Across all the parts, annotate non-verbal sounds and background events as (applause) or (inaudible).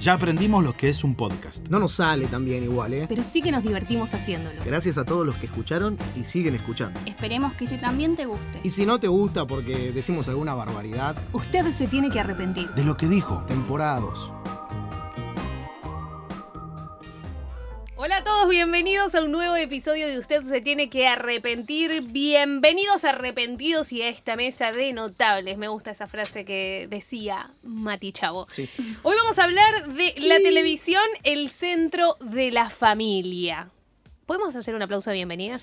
Ya aprendimos lo que es un podcast. No nos sale tan bien igual, ¿eh? pero sí que nos divertimos haciéndolo. Gracias a todos los que escucharon y siguen escuchando. Esperemos que este también te guste. Y si no te gusta porque decimos alguna barbaridad, Usted se tiene que arrepentir. De lo que dijo. temporados. Hola a todos, bienvenidos a un nuevo episodio de Usted se tiene que arrepentir. Bienvenidos arrepentidos y a esta mesa de notables. Me gusta esa frase que decía Mati Chavo. Sí. Hoy vamos a hablar de la televisión, el centro de la familia. ¿Podemos hacer un aplauso de bienvenida?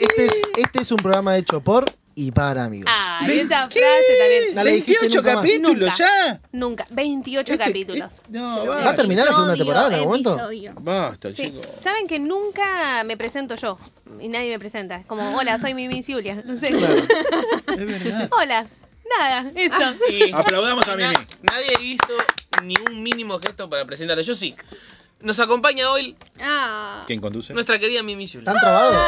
Este es, este es un programa hecho por y para amigos. Ah, esa frase también. No le dijiste 28 nunca Nunca. más. capítulos ya. Nunca, 28 Este- capítulos. este- no, ¿Va a basta, terminar la segunda Episodio, temporada en algún momento? episodio. basta Sí. chicos. Saben que nunca me presento yo y nadie me presenta. Es Como, hola, soy Mimi Julia. No sé. (laughs) Es verdad. Hola. Nada, eso. (laughs) Y Aplaudamos a na- Mimi. nadie hizo ni un mínimo gesto para presentarlo. Yo sí. Nos acompaña hoy Ah. ¿Quién conduce? nuestra querida Mimi Yul. ¿Tan trabado?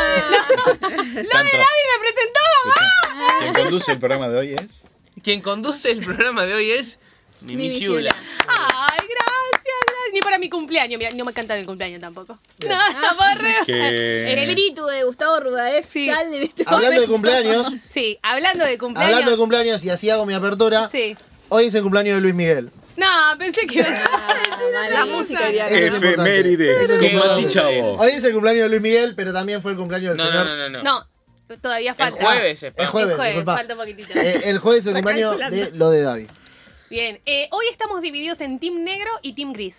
Tanto- me presentó! ¿Quién conduce el programa de hoy es? Quien conduce el programa de hoy es Mimi Mimi Yula. ¡Ay, gracias, gracias! Ni para mi cumpleaños. Mira, no me cantan el cumpleaños tampoco. No, borre. El Que grito de Gustavo Rudaez Sí. sale de este Hablando de momento. cumpleaños, Sí, hablando de cumpleaños. hablando de cumpleaños, y así hago mi apertura, Sí. hoy es el cumpleaños de Luis Miguel. No, pensé que iba a- Ah, La Mari, música. sí, quería- Eso es importante. Efemérides, Eso es con importante. Mati Chavo. Hoy es el cumpleaños de Luis Miguel, pero también fue el cumpleaños del No, no, señor. no, no, no. No, todavía falta. El jueves, El espera. jueves, El jueves, disculpa. falta un poquitito. Eh, el jueves es el cumpleaños de lo de David. Bien, eh, hoy estamos divididos en team negro y team gris.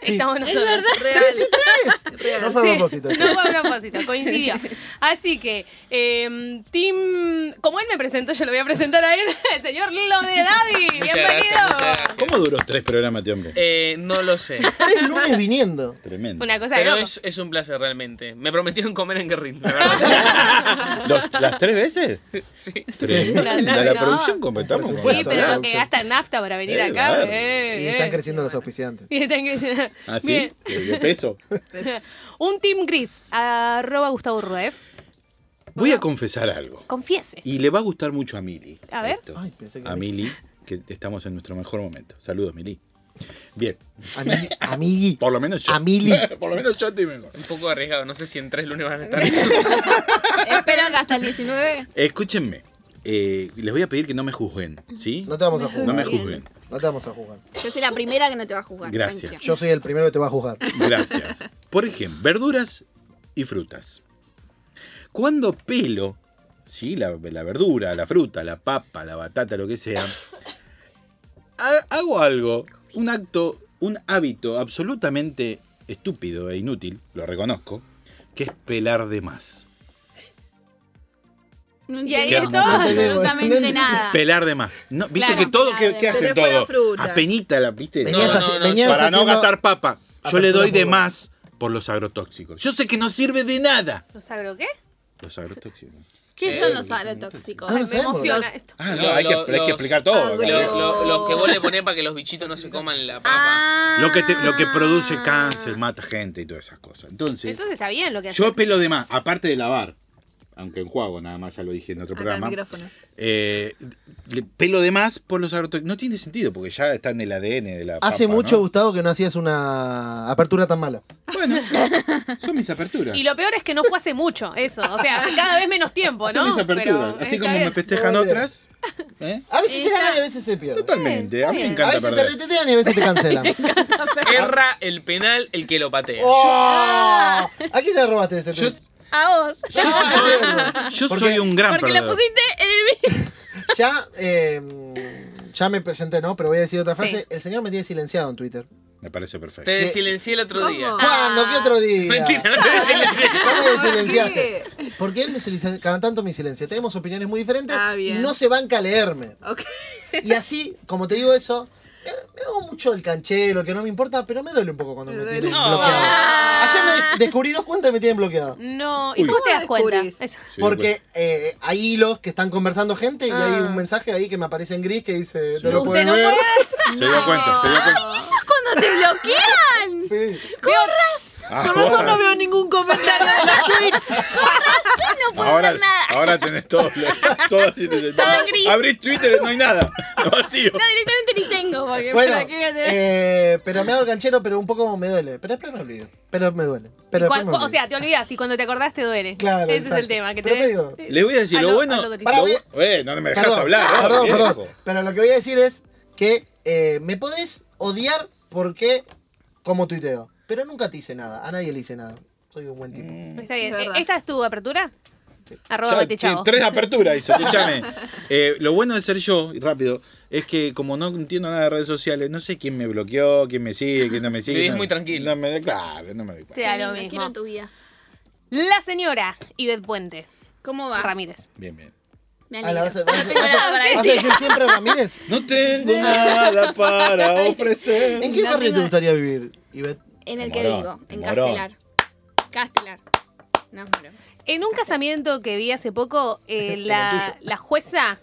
Sí. Estamos nosotros. ¡Tres y tres! No fue a Sí, propósito. No fue a propósito, (laughs) coincidió. Así que, eh, Tim, como él me presentó, yo lo voy a presentar a él, (laughs) el señor Lo de Davi. Muchas Bienvenido. gracias, muchas gracias. ¿Cómo duró tres programas este hombre? Eh, no lo sé. Tres lunes viniendo. Tremendo. Una cosa de Pero loco. es, es un placer realmente. Me prometieron comer en Guerrín. la verdad. ¿Los- ¿Las tres veces? Sí. Tremendo. La- la- De la no. producción completamos. Por Sí, supuesto, pero lo Claro, que sí. gasta nafta para venir Eh, acá. claro. eh, Y eh. están creciendo los auspiciantes. (laughs) Y están creciendo. ¿Ah, sí? Bien. ¿De de peso? Un team gris, arroba Gustavo Ruev. Voy a confesar algo. (laughs) Confiese. Y le va a gustar mucho a Mili. A ver. Esto. Ay, pensé que a era- Mili, que estamos en nuestro mejor momento. Saludos, Mili. Bien, Amigui. Amigui. por lo menos yo. A Mili. (laughs) por lo menos yo estoy mejor. Un poco arriesgado. No sé si en tres lunes van a estar. Esperan que hasta el 19. Escúchenme. eh, les voy a pedir que no me juzguen, ¿sí? No te vamos a No me juzgar. juzguen. No te vamos a juzgar. Yo soy la primera que no te va a jugar. Gracias. tranquila. Yo soy el primero que te va a juzgar. Gracias. Por ejemplo, verduras y frutas. Cuando pelo, sí, la, la verdura, la fruta, la papa, la batata, lo que sea, ha- hago algo, un acto, un hábito absolutamente estúpido e inútil, lo reconozco, que es pelar de más. No Y ahí entiendo es todo. (laughs) absolutamente No nada. Pelar de más. No, Viste Ah. Claro, que todo, pelar que, de que más. hacen Pero fue la todo. fruta. Apenita la, ¿viste? Venías, no, así- no, venías para no haciendo- gastar papa. Yo le doy Apertura de por- más por los agrotóxicos. Yo sé que no sirve de nada. ¿Los agro qué? Los agrotóxicos. ¿Qué son los agrotóxicos? Ah, no Ay, me sabemos. emociona Los- esto. Ah, no, Lo- hay, que, lo- hay que los- explicar todo. Ah, Gabriel. Los lo, lo que vos le ponés para que los bichitos no se coman la papa. Ah. Lo, que te- lo que produce cáncer, mata gente y todas esas cosas. Entonces, Entonces está bien lo que haces. yo pelo de más, aparte de lavar, aunque en juego nada más, ya lo dije en otro Acá el programa. micrófono. eh, le- pelo de más por los agrotóxicos. No tiene sentido, porque ya está en el ADN de la Hace papa, ¿no? mucho, Gustavo, que no hacías una apertura tan mala. Bueno, son mis aperturas. Y lo peor es que no fue hace mucho, eso. O sea, cada vez menos tiempo, son ¿no? mis aperturas. Pero Así está como bien. me festejan Muy bien. otras. ¿eh? A veces se gana y a veces se pierde. Totalmente. A mí me bien. A encanta veces te perder. retetean y a veces (laughs) te cancelan. Erra el penal el que lo patea. ¡Oh! ¿A quién se la robaste ese Ah, Yo, tweet? A vos. yo (laughs) soy, yo Porque- soy un gran Porque la perdedor. pusiste en el video. Ya, eh, ya me presenté, ¿no? Pero voy a decir otra frase. Sí. El señor me tiene silenciado en Twitter. Me parece perfecto. Te silencié el otro día. ¿Cuándo? ¿Qué otro día? (laughs) Mentira, (laughs) no te silencié. ¿Cómo me silenciaste? qué? ¿Por qué él me silencia- cada tanto me silencia? Tenemos opiniones muy diferentes Ah, y bien. no se banca a leerme. Ok. Y así, como te digo eso, me, me hago mucho el canchero, que no me importa, pero me duele un poco cuando me Me tienen duele. bloqueado. Ayer me de- descubrí dos cuentas y me tienen bloqueado. No, ¿y Uy. cómo te das ¿Cómo cuenta? descubrís? Eso. Sí, Porque eh, hay hilos que están conversando gente y Ah. hay un mensaje ahí que me aparece en gris que dice, No, no lo Usted pueden no ver. pues, puede. Se dio cuenta, se dio cuenta. Eso es cuando te bloquean. Sí. Con razón. Ah, Por eso ahora- no veo ningún comentario de los tweets. Yo no puedo ahora, ver nada. ahora tenés todo, lo- todo así. Todo gris. Abrís Twitter, no hay nada. (laughs) Vacío. No, directamente ni tengo. Porque Bueno, ¿para qué voy a tener? eh, pero me hago el canchero, pero un poco me duele. Pero después me olvido. Pero me duele. Pero Cua- después me cua- o olvido. sea, te olvidas y cuando te acordás te duele. Claro, Ese es exacto. el tema. Que te Pero medio- Les voy a decir, A lo lo- bueno. a lo de- Pará, lo voy- bu- eh, no me dejas Perdón, hablar. perdón, oh, perdón. viejo. Pero lo que voy a decir es que eh, me podés odiar porque como tuiteo. Pero nunca te hice nada. A nadie le hice nada. Soy un buen tipo. Mm. Está bien. ¿E-, Es verdad. ¿Esta es tu apertura? Arroba Ya, Mati tiene Chavo. tres aperturas hizo, escúchame. Eh, lo bueno de ser yo, y rápido, es que como no entiendo nada de redes sociales, no sé quién me bloqueó, quién me sigue, quién no me sigue. Vivís no- muy tranquilo. No me, claro, no me doy cuenta. Te da lo Te mismo. quiero en tu vida. La señora Ivette Puente ¿Cómo va? Ramírez. Bien, bien. Me Ah, la vas a, alegro. vas a- No (laughs) tengo vas a- nada para vas a decir. decir siempre Ramírez. No tengo nada para ofrecer. ¿En qué No barrio tengo- te gustaría vivir, Ivette? En el En que Morón, vivo, en en Castelar. Castelar. No, Morón. En un casamiento que vi hace poco, eh, la, la jueza,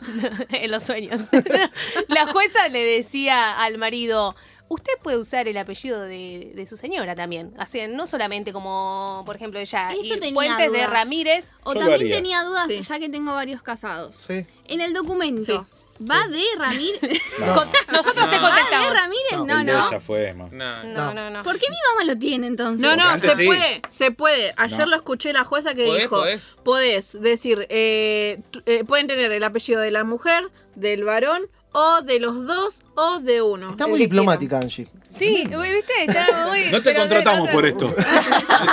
(laughs) en los sueños, (laughs) la jueza le decía al marido, usted puede usar el apellido de, de su señora también. Así, no solamente como, por ejemplo, ella, Eso y tenía Puentes de dudas. Ramírez. O Yo lo también haría. tenía dudas, Sí. ya que tengo varios casados. Sí. En el documento, ¿va de (laughs) Ramírez? No, Ah, Con- nosotros te No. ¿Va de contestamos. Ramírez? No, el de no. ella fue, ma. No, no. No, no, no. ¿Por qué mi mamá lo tiene entonces? No, no, Antes se sí. puede, se puede. Ayer No. lo escuché la jueza que ¿Podés, dijo, podés? podés decir, eh, tu- eh, pueden tener el apellido de la mujer, del varón, o de los dos, o de uno. Está el muy que quieran. diplomática, Angie. Sí, uy, viste, (laughs) ya voy, No te pero contratamos otra- por esto.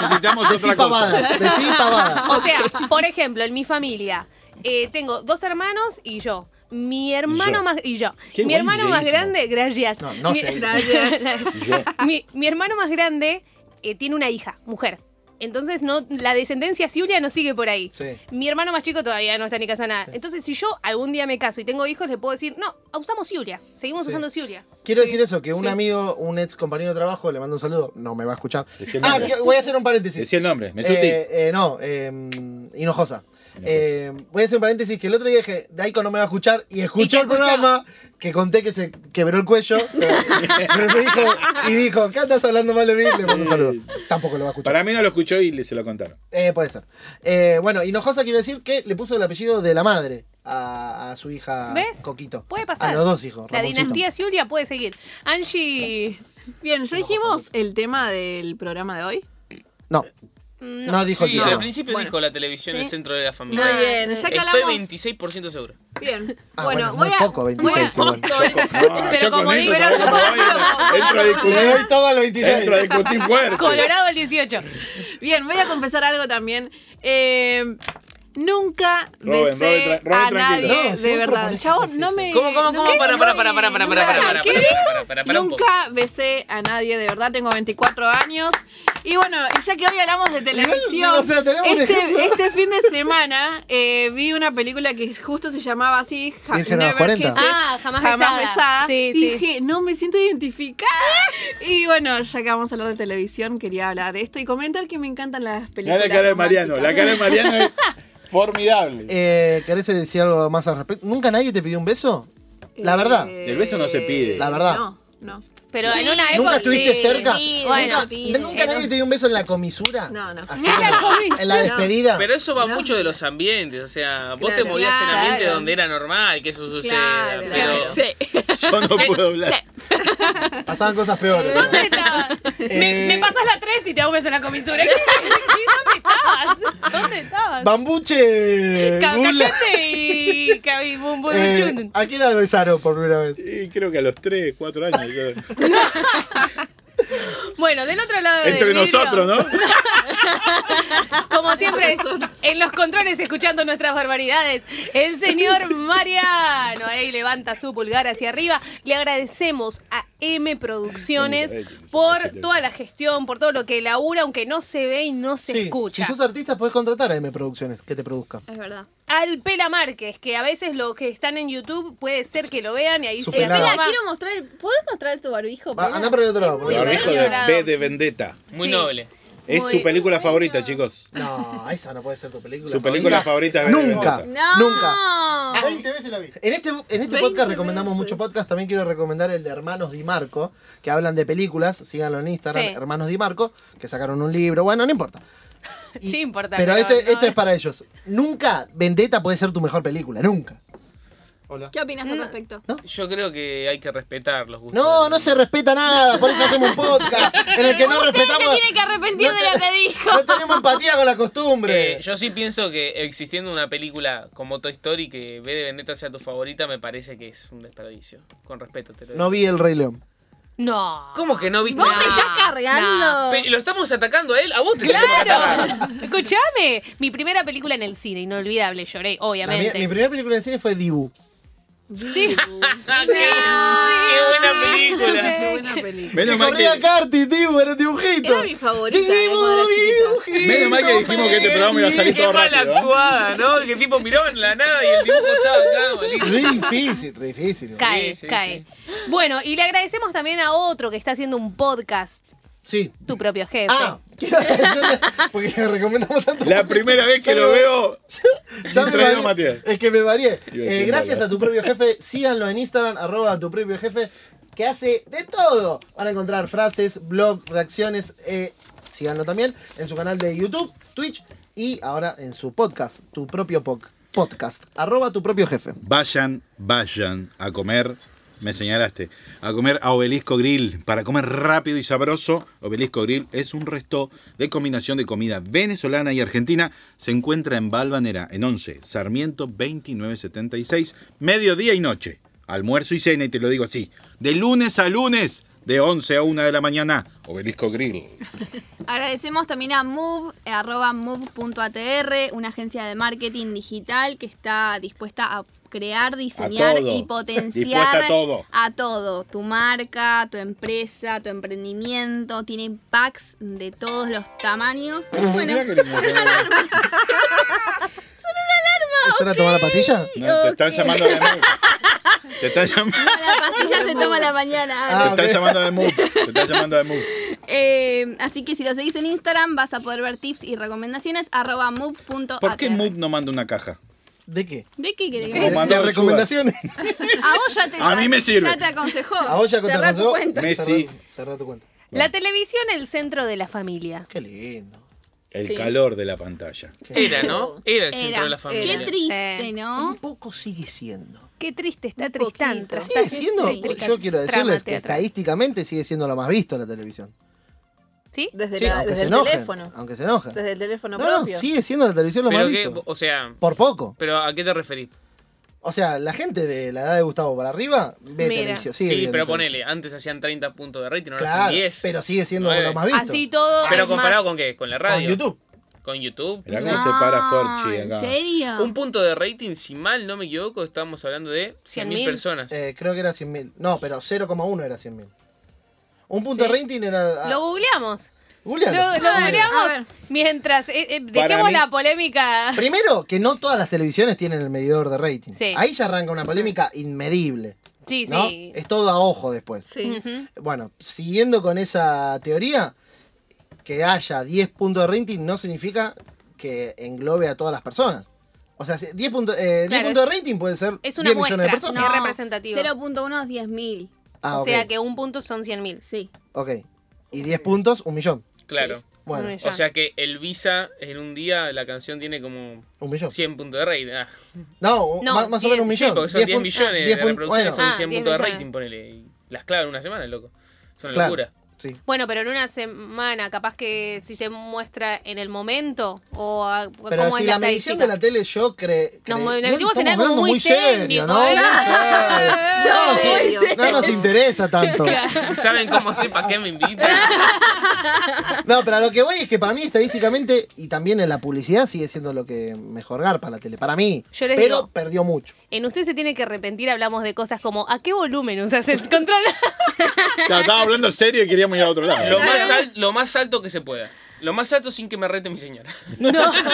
Necesitamos Decí otra cosa. pavadas, (laughs) decí pavadas. O sea, por ejemplo, en mi familia eh, tengo dos hermanos y yo. Mi hermano yo. más y yo. Qué mi buen hermano más yeísmo. grande, gracias. No, no Mi- (laughs) yeísmo. Gracias. Y yo, mi, mi hermano más grande eh, tiene una hija, mujer. Entonces no, la descendencia Julia no sigue por ahí. Sí. Mi hermano más chico todavía no está ni casa nada. Entonces, si yo algún día me caso y tengo hijos, le puedo decir, no, usamos Julia. Seguimos Sí. usando Julia. Quiero decir eso, que un sí. amigo, un ex compañero de trabajo, le mando un saludo, no me va a escuchar. Decí el Ah, nombre. que- voy a hacer un paréntesis. Decí el nombre, me Eh, eh, no, eh, Hinojosa. Eh, voy a hacer un paréntesis que el otro día dije, Daiko no me va a escuchar y escuchó Y te el programa que conté que se quebró el (laughs) cuello pero, pero me dijo, y dijo, ¿qué andas hablando mal de mí? Le mando un saludo. Tampoco lo va a escuchar. Para mí no lo escuchó y le- se lo contaron. Eh, puede ser. Eh, bueno, Hinojosa quiero decir que le puso el apellido de la madre a, a su hija ¿Ves? Coquito. Puede pasar. A los dos hijos. La Ramoncito. dinastía Julia puede seguir. Angie. Bien, ya dijimos el tema del programa de hoy. No, mm, no, No. dijo Ah, Sí, el al título. principio Bueno. dijo la televisión, el centro de la familia. Muy bien, ya Estoy que hablamos... 26% seguro. (laughs) Bien. Ah, bueno, bueno, voy muy a... poco, 26 voy a- igual. No, (laughs) Pero yo con como eso, digo- ¿sabés cómo voy? Entro a Le discutir, doy todo a los 26. entro a discutir fuerte. Colorado el 18. Bien, voy a confesar algo también. Eh, nunca Robin, besé Robin, tra- Robin, a tranquilo. nadie, No, si de vos verdad. proponés Chavo, que Eh, no confieses. me... ¿Cómo, cómo, ¿Qué? cómo? Para, para, para, para, para, para, para, para, ¿Qué? para, para, para, un poco. Nunca besé a nadie, de verdad, tengo 24 años. Y bueno, y ya que hoy hablamos de televisión, o sea, tenemos un ejemplo. este, este fin de semana eh, vi una película que justo se llamaba así, Ja- Virgen a los Never 40. Kissed, Ah, jamás besada. Sí, y dije, no me siento identificada. Y bueno, ya que vamos a hablar de televisión, quería hablar de esto y comentar que me encantan las Mirá películas. la cara de Mariano, la románticas. cara de Mariano es formidable. Eh, ¿Querés decir algo más al respecto? ¿Nunca nadie te pidió un beso? La verdad. Eh, El beso no se pide. La verdad. No, no. Pero en una época. ¿Nunca estuviste cerca? pide, ¿Nunca, bueno, pide. ¿nunca nadie te dio un beso en la comisura? No, no. Así Ah, como- en la despedida. Pero eso va No. mucho de los ambientes, o sea, vos te Claro. movías en ambiente Claro. donde era normal que eso suceda, Claro. pero (laughs) (laughs) Yo no puedo hablar. Pasaban cosas peores. Eh. Me, me pasas la 3 y te hago un beso en la comisura. (laughs) ¿Qué- qué- ¿Dónde estabas? ¿Dónde estabas? Bambuche. Ca- Gula. Cachete y. ca- y bum, bum, Eh, chun. ¿A quién la besaron por primera vez? Y creo que a los 3, 4 años. yo- Bueno, del otro lado. del Entre vidrio, nosotros, ¿no? (laughs) Como siempre, en los controles, escuchando nuestras barbaridades, el señor Mariano. Ahí levanta su pulgar hacia arriba. Le agradecemos a M Producciones por toda la gestión, por todo lo que labura, aunque no se ve y no se escucha. Si sos artista, podés contratar a M Producciones que te produzca. Es verdad. al Pela Márquez, que a veces los que están en YouTube puede ser que lo vean y ahí Su se pelada. asoma. Pela, quiero mostrar. ¿Puedes mostrar tu barbijo? Va, Pela? andá por el otro lado. Es por muy favor. El hijo bueno. de B de Vendetta. muy Sí. noble. Es su película favorita, chicos. No, esa no puede ser tu película. Su película favorita de Verde Nunca, Nota. No. nunca. Nunca. 20 veces la vi. En este, en este podcast recomendamos mucho podcast. También quiero recomendar el de Hermanos Di Marco, que hablan de películas. Síganlo en Instagram, Sí. Hermanos Di Marco, que sacaron un libro. Bueno, no importa. Y- Sí, importa. Pero esto, no, esto es para ellos. Nunca Vendetta puede ser tu mejor película, nunca. Hola. ¿Qué opinas Eh, al respecto? Yo creo que hay que respetar los gustos. No, no se respeta nada, por eso hacemos un podcast en el que no respetamos. se tiene que arrepentir no de te- lo que dijo. No tenemos empatía con la costumbre. (laughs) Eh, yo sí pienso que existiendo una película como Toy Story que ve de Vendetta sea tu favorita, me parece que es un desperdicio. Con respeto, te lo digo. No vi el Rey León. No. ¿Cómo que no viste Vos me nada? estás cargando. Pe- Lo estamos atacando a él, a vos te estamos atacando. (laughs) ¡Claro! (laughs) Escuchame, mi primera película en el cine, inolvidable, lloré, La mía- obviamente. mi primera película de cine fue Dibu. Ah, ¡Qué, (laughs) qué buena (laughs) película! buena eh, película. Que Menos mal corría que, Carti, Dibu, era un dibujito. Era mi favorita de Dibu, cuando era chiquita. dibujito, menos mal que dijimos que este programa iba a salir Qué todo mala rápido. ¿eh? actuada, ¿no? Que tipo miró en la nada y el dibujo estaba acá, malísimo. Re difícil, re difícil. Cae, Sí, sí, cae. Bueno, y le agradecemos también a otro que está haciendo un podcast, Sí. tu propio jefe. Ah, quiero agradecerle porque (laughs) recomendamos tanto. La primera vez que Ya lo veo. Ya me Traído, varié. Matías. Es que me varié. Iba a Eh, decir gracias nada. a tu propio jefe. Síganlo en Instagram, arroba a tu propio jefe, que hace de todo. Van a encontrar frases, blogs, reacciones. eh, síganlo también en su canal de YouTube, Twitch y ahora en su podcast, tu propio poc- podcast, arroba tu propio jefe. Vayan, vayan a comer. Me señalaste. A comer a Obelisco Grill. Para comer rápido y sabroso, Obelisco Grill es un resto de combinación de comida venezolana y argentina. Se encuentra en Balvanera, en 11, Sarmiento 2976, mediodía y noche. Almuerzo y cena, y te lo digo así. De lunes a lunes, de 11 a 1 de la mañana. Obelisco Grill. Agradecemos también a Move, eh, arroba move.atr, una agencia de marketing digital que está dispuesta a crear, diseñar todo. (laughs) y potenciar Dispuesta a todo. a todo. Tu marca, tu empresa, tu emprendimiento, tiene packs de todos los tamaños. Bueno, Mirá que lindo. ¿Es hora de tomar la pastilla? No, te están llamando de Mood. Te están llamando. la pastilla se toma a la mañana. Ah, Te están ok. llamando de Mood. Te están llamando de Mood. (laughs) Eh, así que si lo seguís en Instagram vas a poder ver tips y recomendaciones arroba move.atr. ¿Por qué Mood no manda una caja? ¿De qué? ¿De qué querés? Como mandó De el recomendaciones. A vos ya te A mí me sirve. Ya te aconsejó. A vos ya Cerrá contás tu cuenta. Messi. Cerrá, cerrá tu cuenta. La televisión, el centro de la familia. Qué lindo. El calor de la pantalla. (laughs) Era, ¿no? Era el Era. centro de la familia. Qué triste, ¿no? Un poco sigue siendo. Qué triste está poquito. Tristán. Sigue Sigue Tristán. siendo, Tristán. yo quiero decirles Trama que teatral. estadísticamente sigue siendo lo más visto en la televisión. ¿Sí? Desde, Sí, la- aunque desde se el enojen, teléfono. Aunque se enojen. Desde el teléfono No, no, propio. sigue siendo la televisión lo más Pero que, visto. o sea, Por poco. pero ¿a qué te referís? O sea, la gente de la edad de Gustavo para arriba ve Mira. televisión. Sí, sigue viendo pero televisión. ponele, antes hacían 30 puntos de rating, ahora Claro, hacen 10. pero sigue siendo Nueve. lo más visto. Así todo. Pero es comparado más- con qué? Con la Con radio. YouTube. Con YouTube. Mirá cómo se para Forchi ¿En acá. serio? Un punto de rating, si mal no me equivoco, estamos hablando de 100.000 100.000. personas. Eh, creo que era 100.000. No, pero 0,1 era 100.000. Un punto de rating era... ah, Lo googleamos. Lo, googlealo. lo Googlealo. googleamos A ver. mientras. eh, eh, Para dejemos mí- la polémica. Primero, que no todas las televisiones tienen el medidor de rating. Sí. Ahí ya arranca una polémica inmedible. Sí, ¿no? sí. Es todo a ojo después. Sí. Mm. Bueno, siguiendo con esa teoría, que haya 10 puntos de rating no significa que englobe a todas las personas. O sea, si 10, punto- eh, 10 Claro, puntos es- de rating pueden ser es 10 una millones de muestra, personas. es representativo. 0.1 es 10.000. Ah, o ok, sea que un punto son 100.000. Sí. ok. Y 10 puntos, un millón. claro. Bueno, Muy bien. O sea que el Visa en un día la canción tiene como un millón. 100 puntos de rating. Ah, No, No, más, más o menos un diez. sí, millón. porque son 10 pun- millones 10 de pun- reproducciones, bueno, son Ah, 100 10 puntos de millones. rating, ponele. y las clave en una semana, loco. Es una Claro. locura. (laughs) sí. Bueno, pero en una semana, capaz que si se muestra en el momento o a- Pero cómo si es la, la, medición de la estadística. tele yo creo... Nos mo- la metimos en algo muy técnico, ¿no? ¿eh? Muy serio. (laughs) No, Muy sí, no nos interesa tanto. ¿Saben cómo sé para qué me invitan? No, pero a lo que voy es que para mí estadísticamente y también en la publicidad sigue siendo lo que mejor garpa la tele. Para mí. Yo les pero digo. perdió mucho. (laughs) En usted se tiene que arrepentir, hablamos de cosas como ¿a qué volumen usas el control? Estaba estaba hablando serio y queríamos ir a otro lado. Lo más, al- lo más alto que se pueda. Lo más alto sin que me rete mi señora.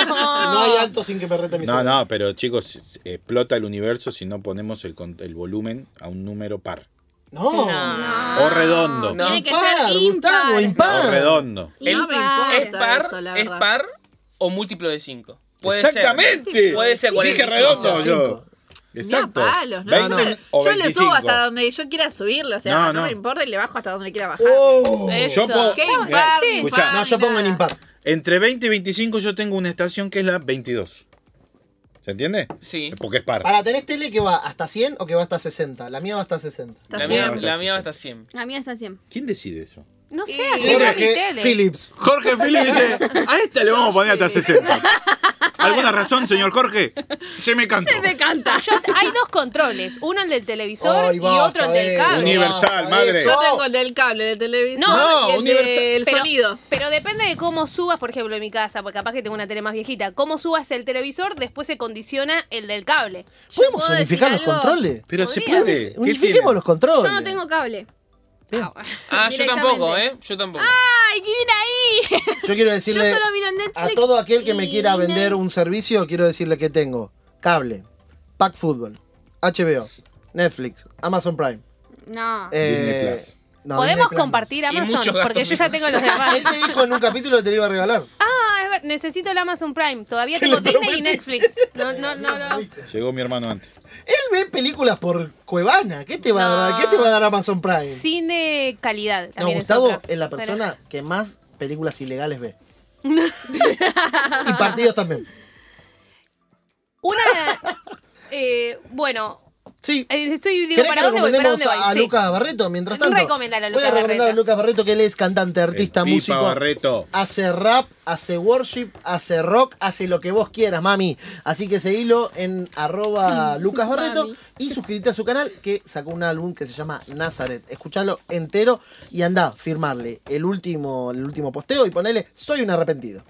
No hay alto sin que me rete mi No, sueldo. no, pero chicos, explota el universo si no ponemos el, con- el volumen a un número par. No. Ah. No. O redondo. No. Tiene que Par, ser Gustavo, impar. impar. O redondo. (laughs) El- No me Impar. ¿Es importa par, eso, la es verdad. par o múltiplo de 5? Exactamente. Puede ser Dije 45. redondo yo. Cinco. Ni a Exacto. palos, no, 20 no. o Yo le subo 25. hasta donde yo quiera subirle, o sea, No, no, no. me importa y le bajo hasta donde quiera bajar. Oh. Eso. Yo puedo- ¿Qué Mirá, impar? ni escuchá. par, No, yo ni pongo en nada. impar. Entre 20 y 25 yo tengo una estación que es la 22. ¿Se entiende? Sí. Porque es par. Para, ¿tenés tele que va hasta 100 o que va hasta 60? La mía va hasta 60. Está La bien. mía, la mía va Sí. hasta 100. La mía está 100. ¿Quién decide eso? No sé, Y- aquí Jorge está mi tele. Philips. Jorge Fili dice, a esta le vamos a poner hasta 60. ¿Alguna razón, señor Jorge? Se me canta. Me encanta. Yo- hay dos controles, uno el del televisor Ay, y basta eh, otro el del de cable. eso, Universal, basta madre. de eso. Yo tengo el del cable, del televisor No, y el universal. del Pero- sonido. Pero depende de cómo subas, por ejemplo, en mi casa, porque capaz que tengo una tele más viejita. Cómo subas el televisor, después se condiciona el del cable. ¿Podemos puedo unificar los decir algo? controles? Pero se Podría. puede. ¿Qué Unifiquemos tiene? los controles. Yo no tengo cable. Ah, yo tampoco, Directamente. ¿eh? Yo tampoco. ¡Ay, qué bien ahí! Yo quiero Yo decirle solo miro Netflix. a todo aquel que me y quiera vender Netflix. un servicio, quiero decirle que tengo cable, Pack Fútbol, HBO, Netflix, Amazon Prime. No. eh, Plus. no, Disney Podemos Plus no. compartir Amazon, muchos gastos porque yo ya menos. tengo los demás. Él (laughs) te dijo en un capítulo que te lo iba a regalar. Ah, es ver- necesito el Amazon Prime. Todavía tengo le Disney y prometiste? Netflix. No, no, no, no. Llegó mi hermano antes. Él ve películas por Cuevana. ¿Qué te va, a, dar, ¿qué te va a dar Amazon Prime? Cine calidad. no, También es, Gustavo otra. es la Pero- persona que más películas ilegales (laughs) ve. y partidos también. Una. eh, bueno, Sí. eh, estoy digo, ¿Querés que ¿para dónde voy? ¿Para recomendemos dónde voy? a, Sí. Lucas Barreto? Mientras tanto, Recomendalo a voy a Lucas recomendar a Barreto. Lucas Barreto, que él es cantante, artista, El Pipa músico. Barreto. Hace rap, hace worship, hace rock, hace lo que vos quieras, mami. Así que seguilo en arroba (laughs) Lucas Barreto Mami. y suscríbete a su canal que sacó un álbum que se llama Nazaret. Escuchalo entero y anda, firmarle el último, el último posteo y ponele Soy un (laughs) arrepentido.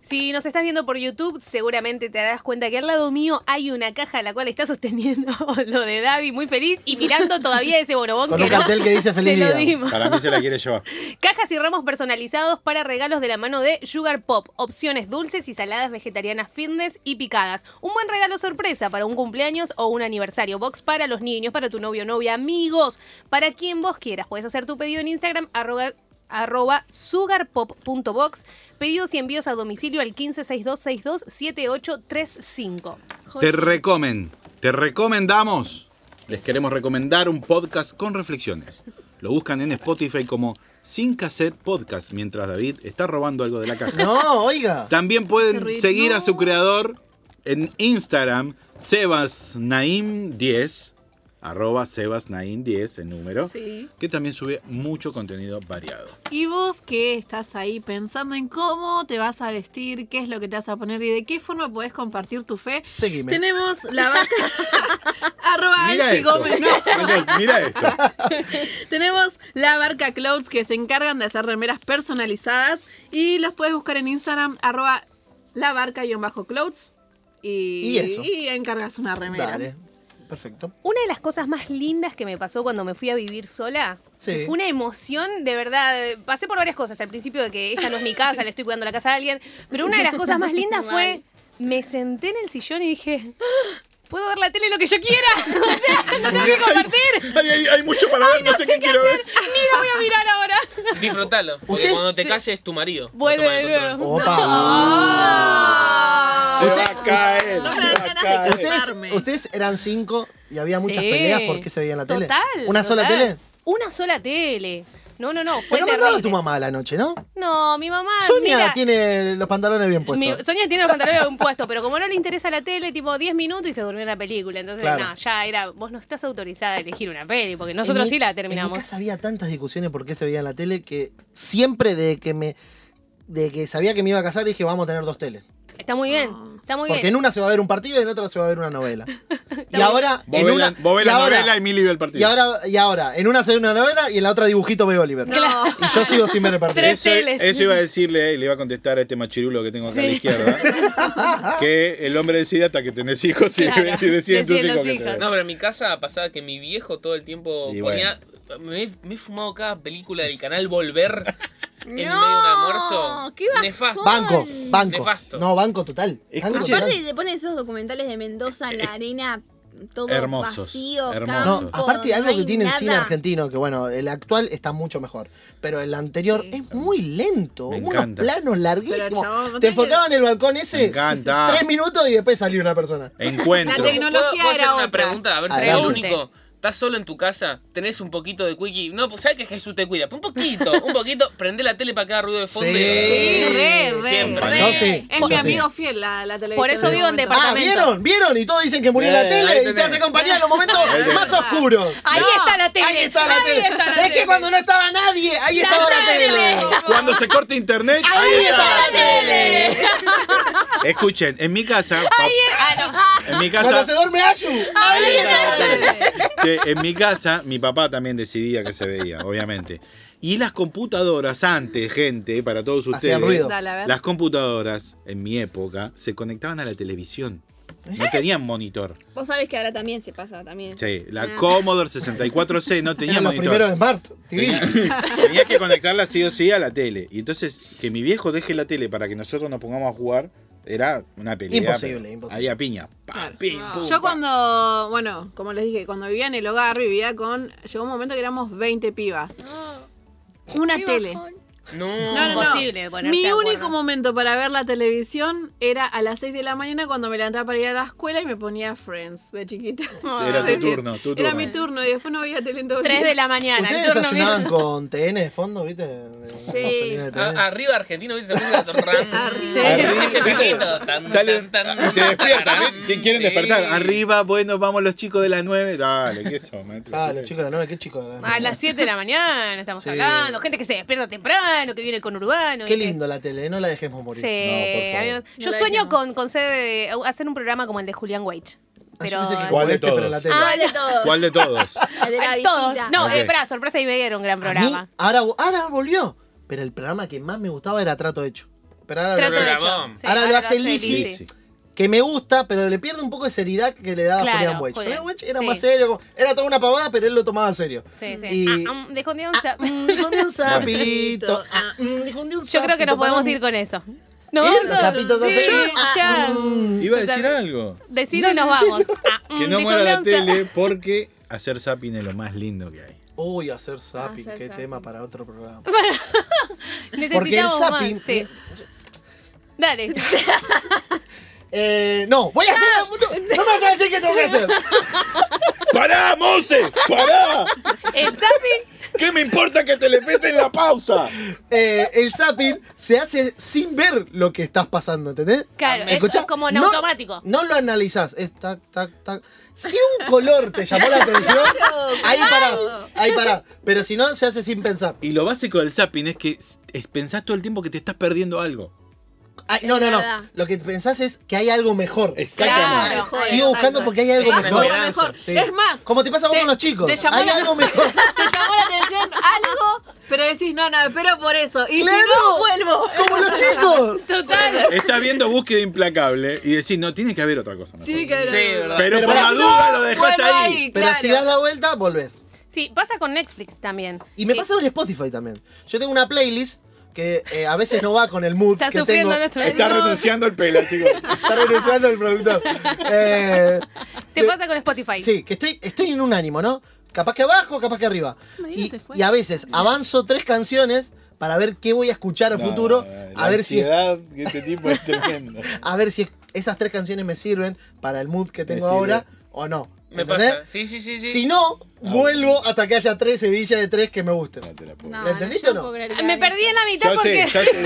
Si nos estás viendo por YouTube, seguramente te darás cuenta que al lado mío hay una caja la cual está sosteniendo (laughs) lo de Davi muy feliz y mirando todavía ese bonobón Con que un no cartel que dice feliz se lo día. dimos. Para mí se la quiere llevar. Cajas y ramos personalizados para regalos de la mano de Sugar Pop. Opciones dulces y saladas vegetarianas fitness y picadas. Un buen regalo sorpresa para un cumpleaños o un aniversario. Box para los niños, para tu novio, novia, amigos, para quien vos quieras. Puedes hacer tu pedido en Instagram, arroba, arroba sugarpop.box. Pedidos y envíos a domicilio al 1562627835. Te recomen, te recomendamos. Les queremos recomendar un podcast con reflexiones. Lo buscan en Spotify como Sin Cassette Podcast, mientras David está robando algo de la (laughs) caja. No, oiga. También pueden Ese ruido. seguir a su No. creador en Instagram, SebasNaim10, arroba SebasNaim10, el número, Sí. que también sube mucho contenido variado. Y vos que estás ahí pensando en cómo te vas a vestir, qué es lo que te vas a poner y de qué forma podés compartir tu fe. Seguime. Tenemos (laughs) la barca (laughs) arroba Mira Angie esto. Gómez, ¿no? Mira (laughs) esto. Tenemos la barca Clouds que se encargan de hacer remeras personalizadas y los puedes buscar en Instagram arroba la barca-clouds y, Y eso. encargas una remera. Dale. (laughs) Perfecto. Una de las cosas más lindas que me pasó cuando me fui a vivir sola Sí. que fue una emoción, de verdad. Pasé por varias cosas. Al principio de que esta no es mi casa, le estoy cuidando la casa a alguien. Pero una de las cosas más lindas fue. Me senté en el sillón y dije. "Ah, Puedo ver la tele lo que yo quiera. (laughs) O sea, no tengo (laughs) que compartir. Hay, hay- hay mucho para ver, no, sé qué quiero ver. Ni lo voy a mirar (laughs) ahora. Disfrútalo. Porque Ustedes- cuando te cases es tu marido. Va a Vuelve tomar el de control. nuevo. Opa. Se va a caer, No se me dan va a ganas de caer. Ustedes, Arme. ustedes eran cinco y había muchas Sí. peleas porque se veían la tele. Total, ¿Una sola total. tele? Una sola tele. No, no, no. Fue Pero mandado a terrible. tu mamá a la noche, ¿no? No, mi mamá. Sonia mira, tiene los pantalones bien Mi- puestos. Sonia tiene los pantalones bien puestos, pero como no le interesa la tele, tipo 10 minutos y se durmió en la película. Entonces, Claro. no, ya era, vos no estás autorizada a elegir una peli, porque En nosotros mi- sí la En mi terminamos. casa había tantas discusiones por qué se veía en la tele que siempre de que me de que sabía que me iba a casar dije vamos a tener dos teles. Está muy bien, está muy Ah. Porque bien. en una se va a ver un partido y en otra se va a ver una novela. (laughs) y ahora Vos en ves una la- vos ves y la ahora- novela y Mili ve el y partido. ahora y ahora en una se ve una novela y en la otra dibujito ve Oliver. No. Y yo sigo sin ver el partido. Tres eso, e- teles. eso iba a decirle y le iba a contestar a este machirulo que tengo acá a la Sí. izquierda. que el hombre decide hasta que tenés hijos y (laughs) Claro, deciden deciden tus deciden hijos. los que se hijos. vean. No, pero en mi casa pasaba que mi viejo todo el tiempo Y ponía. Me, he- me he fumado cada película del canal Volver en medio de un No, almuerzo. qué bajón. Nefasto. Banco, banco. Nefasto. No, banco total. Banco Escuche. total. Eh, Aparte te ponen esos documentales de Mendoza en la arena. todo Hermosos, vacío, hermosos. No, campo, aparte algo no hay que tiene el cine nada. argentino, que bueno, el actual está mucho mejor, pero el anterior es muy lento, Me unos encanta. planos Pero, larguísimos. chabón, Te no tiene que- enfocaban en el balcón Me ese encanta. tres minutos y después salió una persona. Encuentro. La tecno- Tecnología ¿Puedo, puedo hacer era una otra. pregunta? A ver si soy el Adelante. único. ¿Estás solo en tu casa? ¿Tenés un poquito de quickie? No, pues sabes que Jesús te cuida. Un poquito, un poquito. Prende la tele para cada ruido de fondo. Sí. re, re, Siempre. re. Yo sí, Es yo mi sí. amigo fiel la, la televisión. este Por eso de vivo en momento. Ah, departamento. ¿vieron? ¿Vieron? Y todos dicen que murió Eh, la ahí tele y te tenés. hace compañía en los momentos Ahí tenés. más oscuros. (laughs) Ahí está la tele. Ahí está la Ahí tele. está la ¿Sabés tele. que cuando no estaba nadie, ahí estaba la tele? Cuando se corta internet, ahí está la tele. Escuchen, en mi casa, pa- en mi Cuando se casa, duerme Ayu, ahí está la tele. che, en mi casa, mi papá también decidía que se veía, obviamente. Y las computadoras antes, gente, para todos ustedes, Hacían ruido. Dale, a ver. las computadoras en mi época se conectaban a la televisión. No tenían monitor. Vos sabés que ahora también se pasa también. Sí, la Ah. Commodore 64C no tenía Eran los monitor. primeros de Smart TV. Tenía, tenía que conectarla sí o sí a la tele. Y entonces, que mi viejo deje la tele para que nosotros nos pongamos a jugar, era una pelea. Imposible, pero imposible. Ahí a piña. Pa, pim, pum, Yo pa. cuando, bueno, como les dije, cuando vivía en el hogar, vivía con. Llegó un momento que éramos 20 pibas. Ah. Una tele. No, No, no, no. Imposible ponerse Mi de acuerdo. único momento para ver la televisión era a las 6 de la mañana cuando me levantaba para ir a la escuela y me ponía Friends de chiquita. (laughs) Era tu turno, tu Era turno. mi turno y después no veía tele en todo el 3 día. de la mañana. el Ustedes turno desayunaban mío. con TN de fondo, ¿viste? De- sonido de TN. Ah, A- arriba argentino, ¿viste? Se (laughs) puso ran- Arriba. Arriba, ese ¿viste? pitito, tan, Salen, tan, tan, te despiertan, tan, ¿viste? quieren sí. despertar? Arriba, bueno, vamos los chicos de las 9. Dale, ¿qué son? maestro? Ah, los chicos de la 9, qué chicos de la A nueve? las 7 de la mañana estamos Sí. hablando. Gente que se despierta temprano, que viene con urbano. Qué ¿viste? lindo la tele, no la dejemos Sí. morir. Ah, No, por favor. a mí- Yo No la sueño dejemos. con, con ser, eh, hacer un programa como el de Julián Wage. Ah, Pero. yo pensé que ¿Cuál como de este, pero en la todos? tele. Ah, de todos. ¿Cuál de todos? El de la Ah, todos. visita. No, Ok. eh, pará, sorpresa y media era un gran A mí, programa. ahora, ahora volvió. Pero el programa que más me gustaba era Trato Hecho. Pero ahora lo Trato volvió. Programón. hecho. Sí, Ahora lo hace Lizzy. Sí, sí. Que me gusta, pero le pierde un poco de seriedad que le daba Claro, Julián Weich. Julián. Julián Weich era Sí. más serio, como- era toda una pavada, pero él lo tomaba serio. Sí, sí. Y- Ah, ah, dejó (laughs) un día un sa- Mm, (laughs) Dijo de un sapito. ah, mm, dijo de un Yo creo que nos sapito, podemos para ir mí. con eso. No, ¿Eh? no, Los zapitos sí, hacen- Ah, mm. ya. Iba a decir algo. Decirlo y nos vamos. Ah, mm, Que no dejó muera un día la un sa- (laughs) tele porque hacer zapping es lo más lindo que hay. Uy, hacer zapping, Hacer qué zapping. tema para otro programa. Porque el Necesitamos más, zapping. sí. (laughs) Dale. Eh, no, voy a hacer. No, no me vas a decir qué tengo que hacer. ¡Pará, Mose! ¡Pará! El zapping. ¿Qué me importa que te le peten la pausa? Eh, el zapping se hace sin ver lo que estás pasando, ¿entendés? Claro, esto Escuchá, es como en no- automático. No lo analizás, es tac, tac, tac. Si un color te llamó la atención, ahí parás, ahí parás. Pero si no, se hace sin pensar. Y lo básico del zapping es que s- es- pensás todo el tiempo que te estás perdiendo algo. Ay, no, no, no. verdad. Lo que pensás es que hay algo mejor. Exactamente. Claro, joder, Sigo buscando exacto. porque hay algo Exacto, mejor. algo mejor. Sí. Es más, Como te pasa a vos te- con los chicos. te llamó Hay la- (laughs) algo mejor. te llamó la atención algo, pero decís, no, no, pero por eso. Y Claro. si no, vuelvo. Como los chicos. (laughs) Total. Estás viendo búsqueda implacable y decís, no, tiene que haber otra cosa. mejor. Sí, que Sí, verdad. Pero, Pero por la si duda no, lo dejás vuelvo ahí. ahí. Pero Claro. si das la vuelta, volvés. Sí, pasa con Netflix también. Y me Sí. pasa con Spotify también. Yo tengo una playlist que eh, a veces no va con el mood Está que sufriendo tengo. nuestro Está (laughs) No, renunciando al pelo, chicos. Está renunciando el (laughs) productor. Eh, Te de- pasa con Spotify. Sí, que estoy, estoy en un ánimo, ¿no? Capaz que abajo, capaz que arriba. Y, se fue. y a veces avanzo tres canciones para ver qué voy a escuchar a futuro. A ver si es si. que este tipo es tremendo. a ver si es- esas tres canciones me sirven para el mood que tengo sirve. ahora o no. Me ¿Entendés? pasa. Sí, sí, sí. sí. Si no, vuelvo hasta que haya tres sedillas de tres que me gusten. No te la puedo. No, ¿La entendiste yo o no? puedo creer que Ah, Me hagan perdí en la mitad Ya sé, porque. ya (laughs) sé.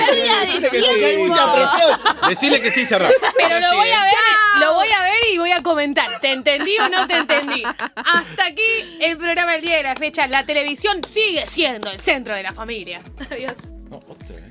Decile que sí. Hay mucha presión. Decile que sí, cerrá. Pero lo Sí, voy a eh. ver, lo voy a ver y voy a comentar. ¿Te entendí o no te entendí? Hasta aquí el programa del día de la fecha. La televisión sigue siendo el centro de la familia. (laughs) Adiós. No, otra, eh.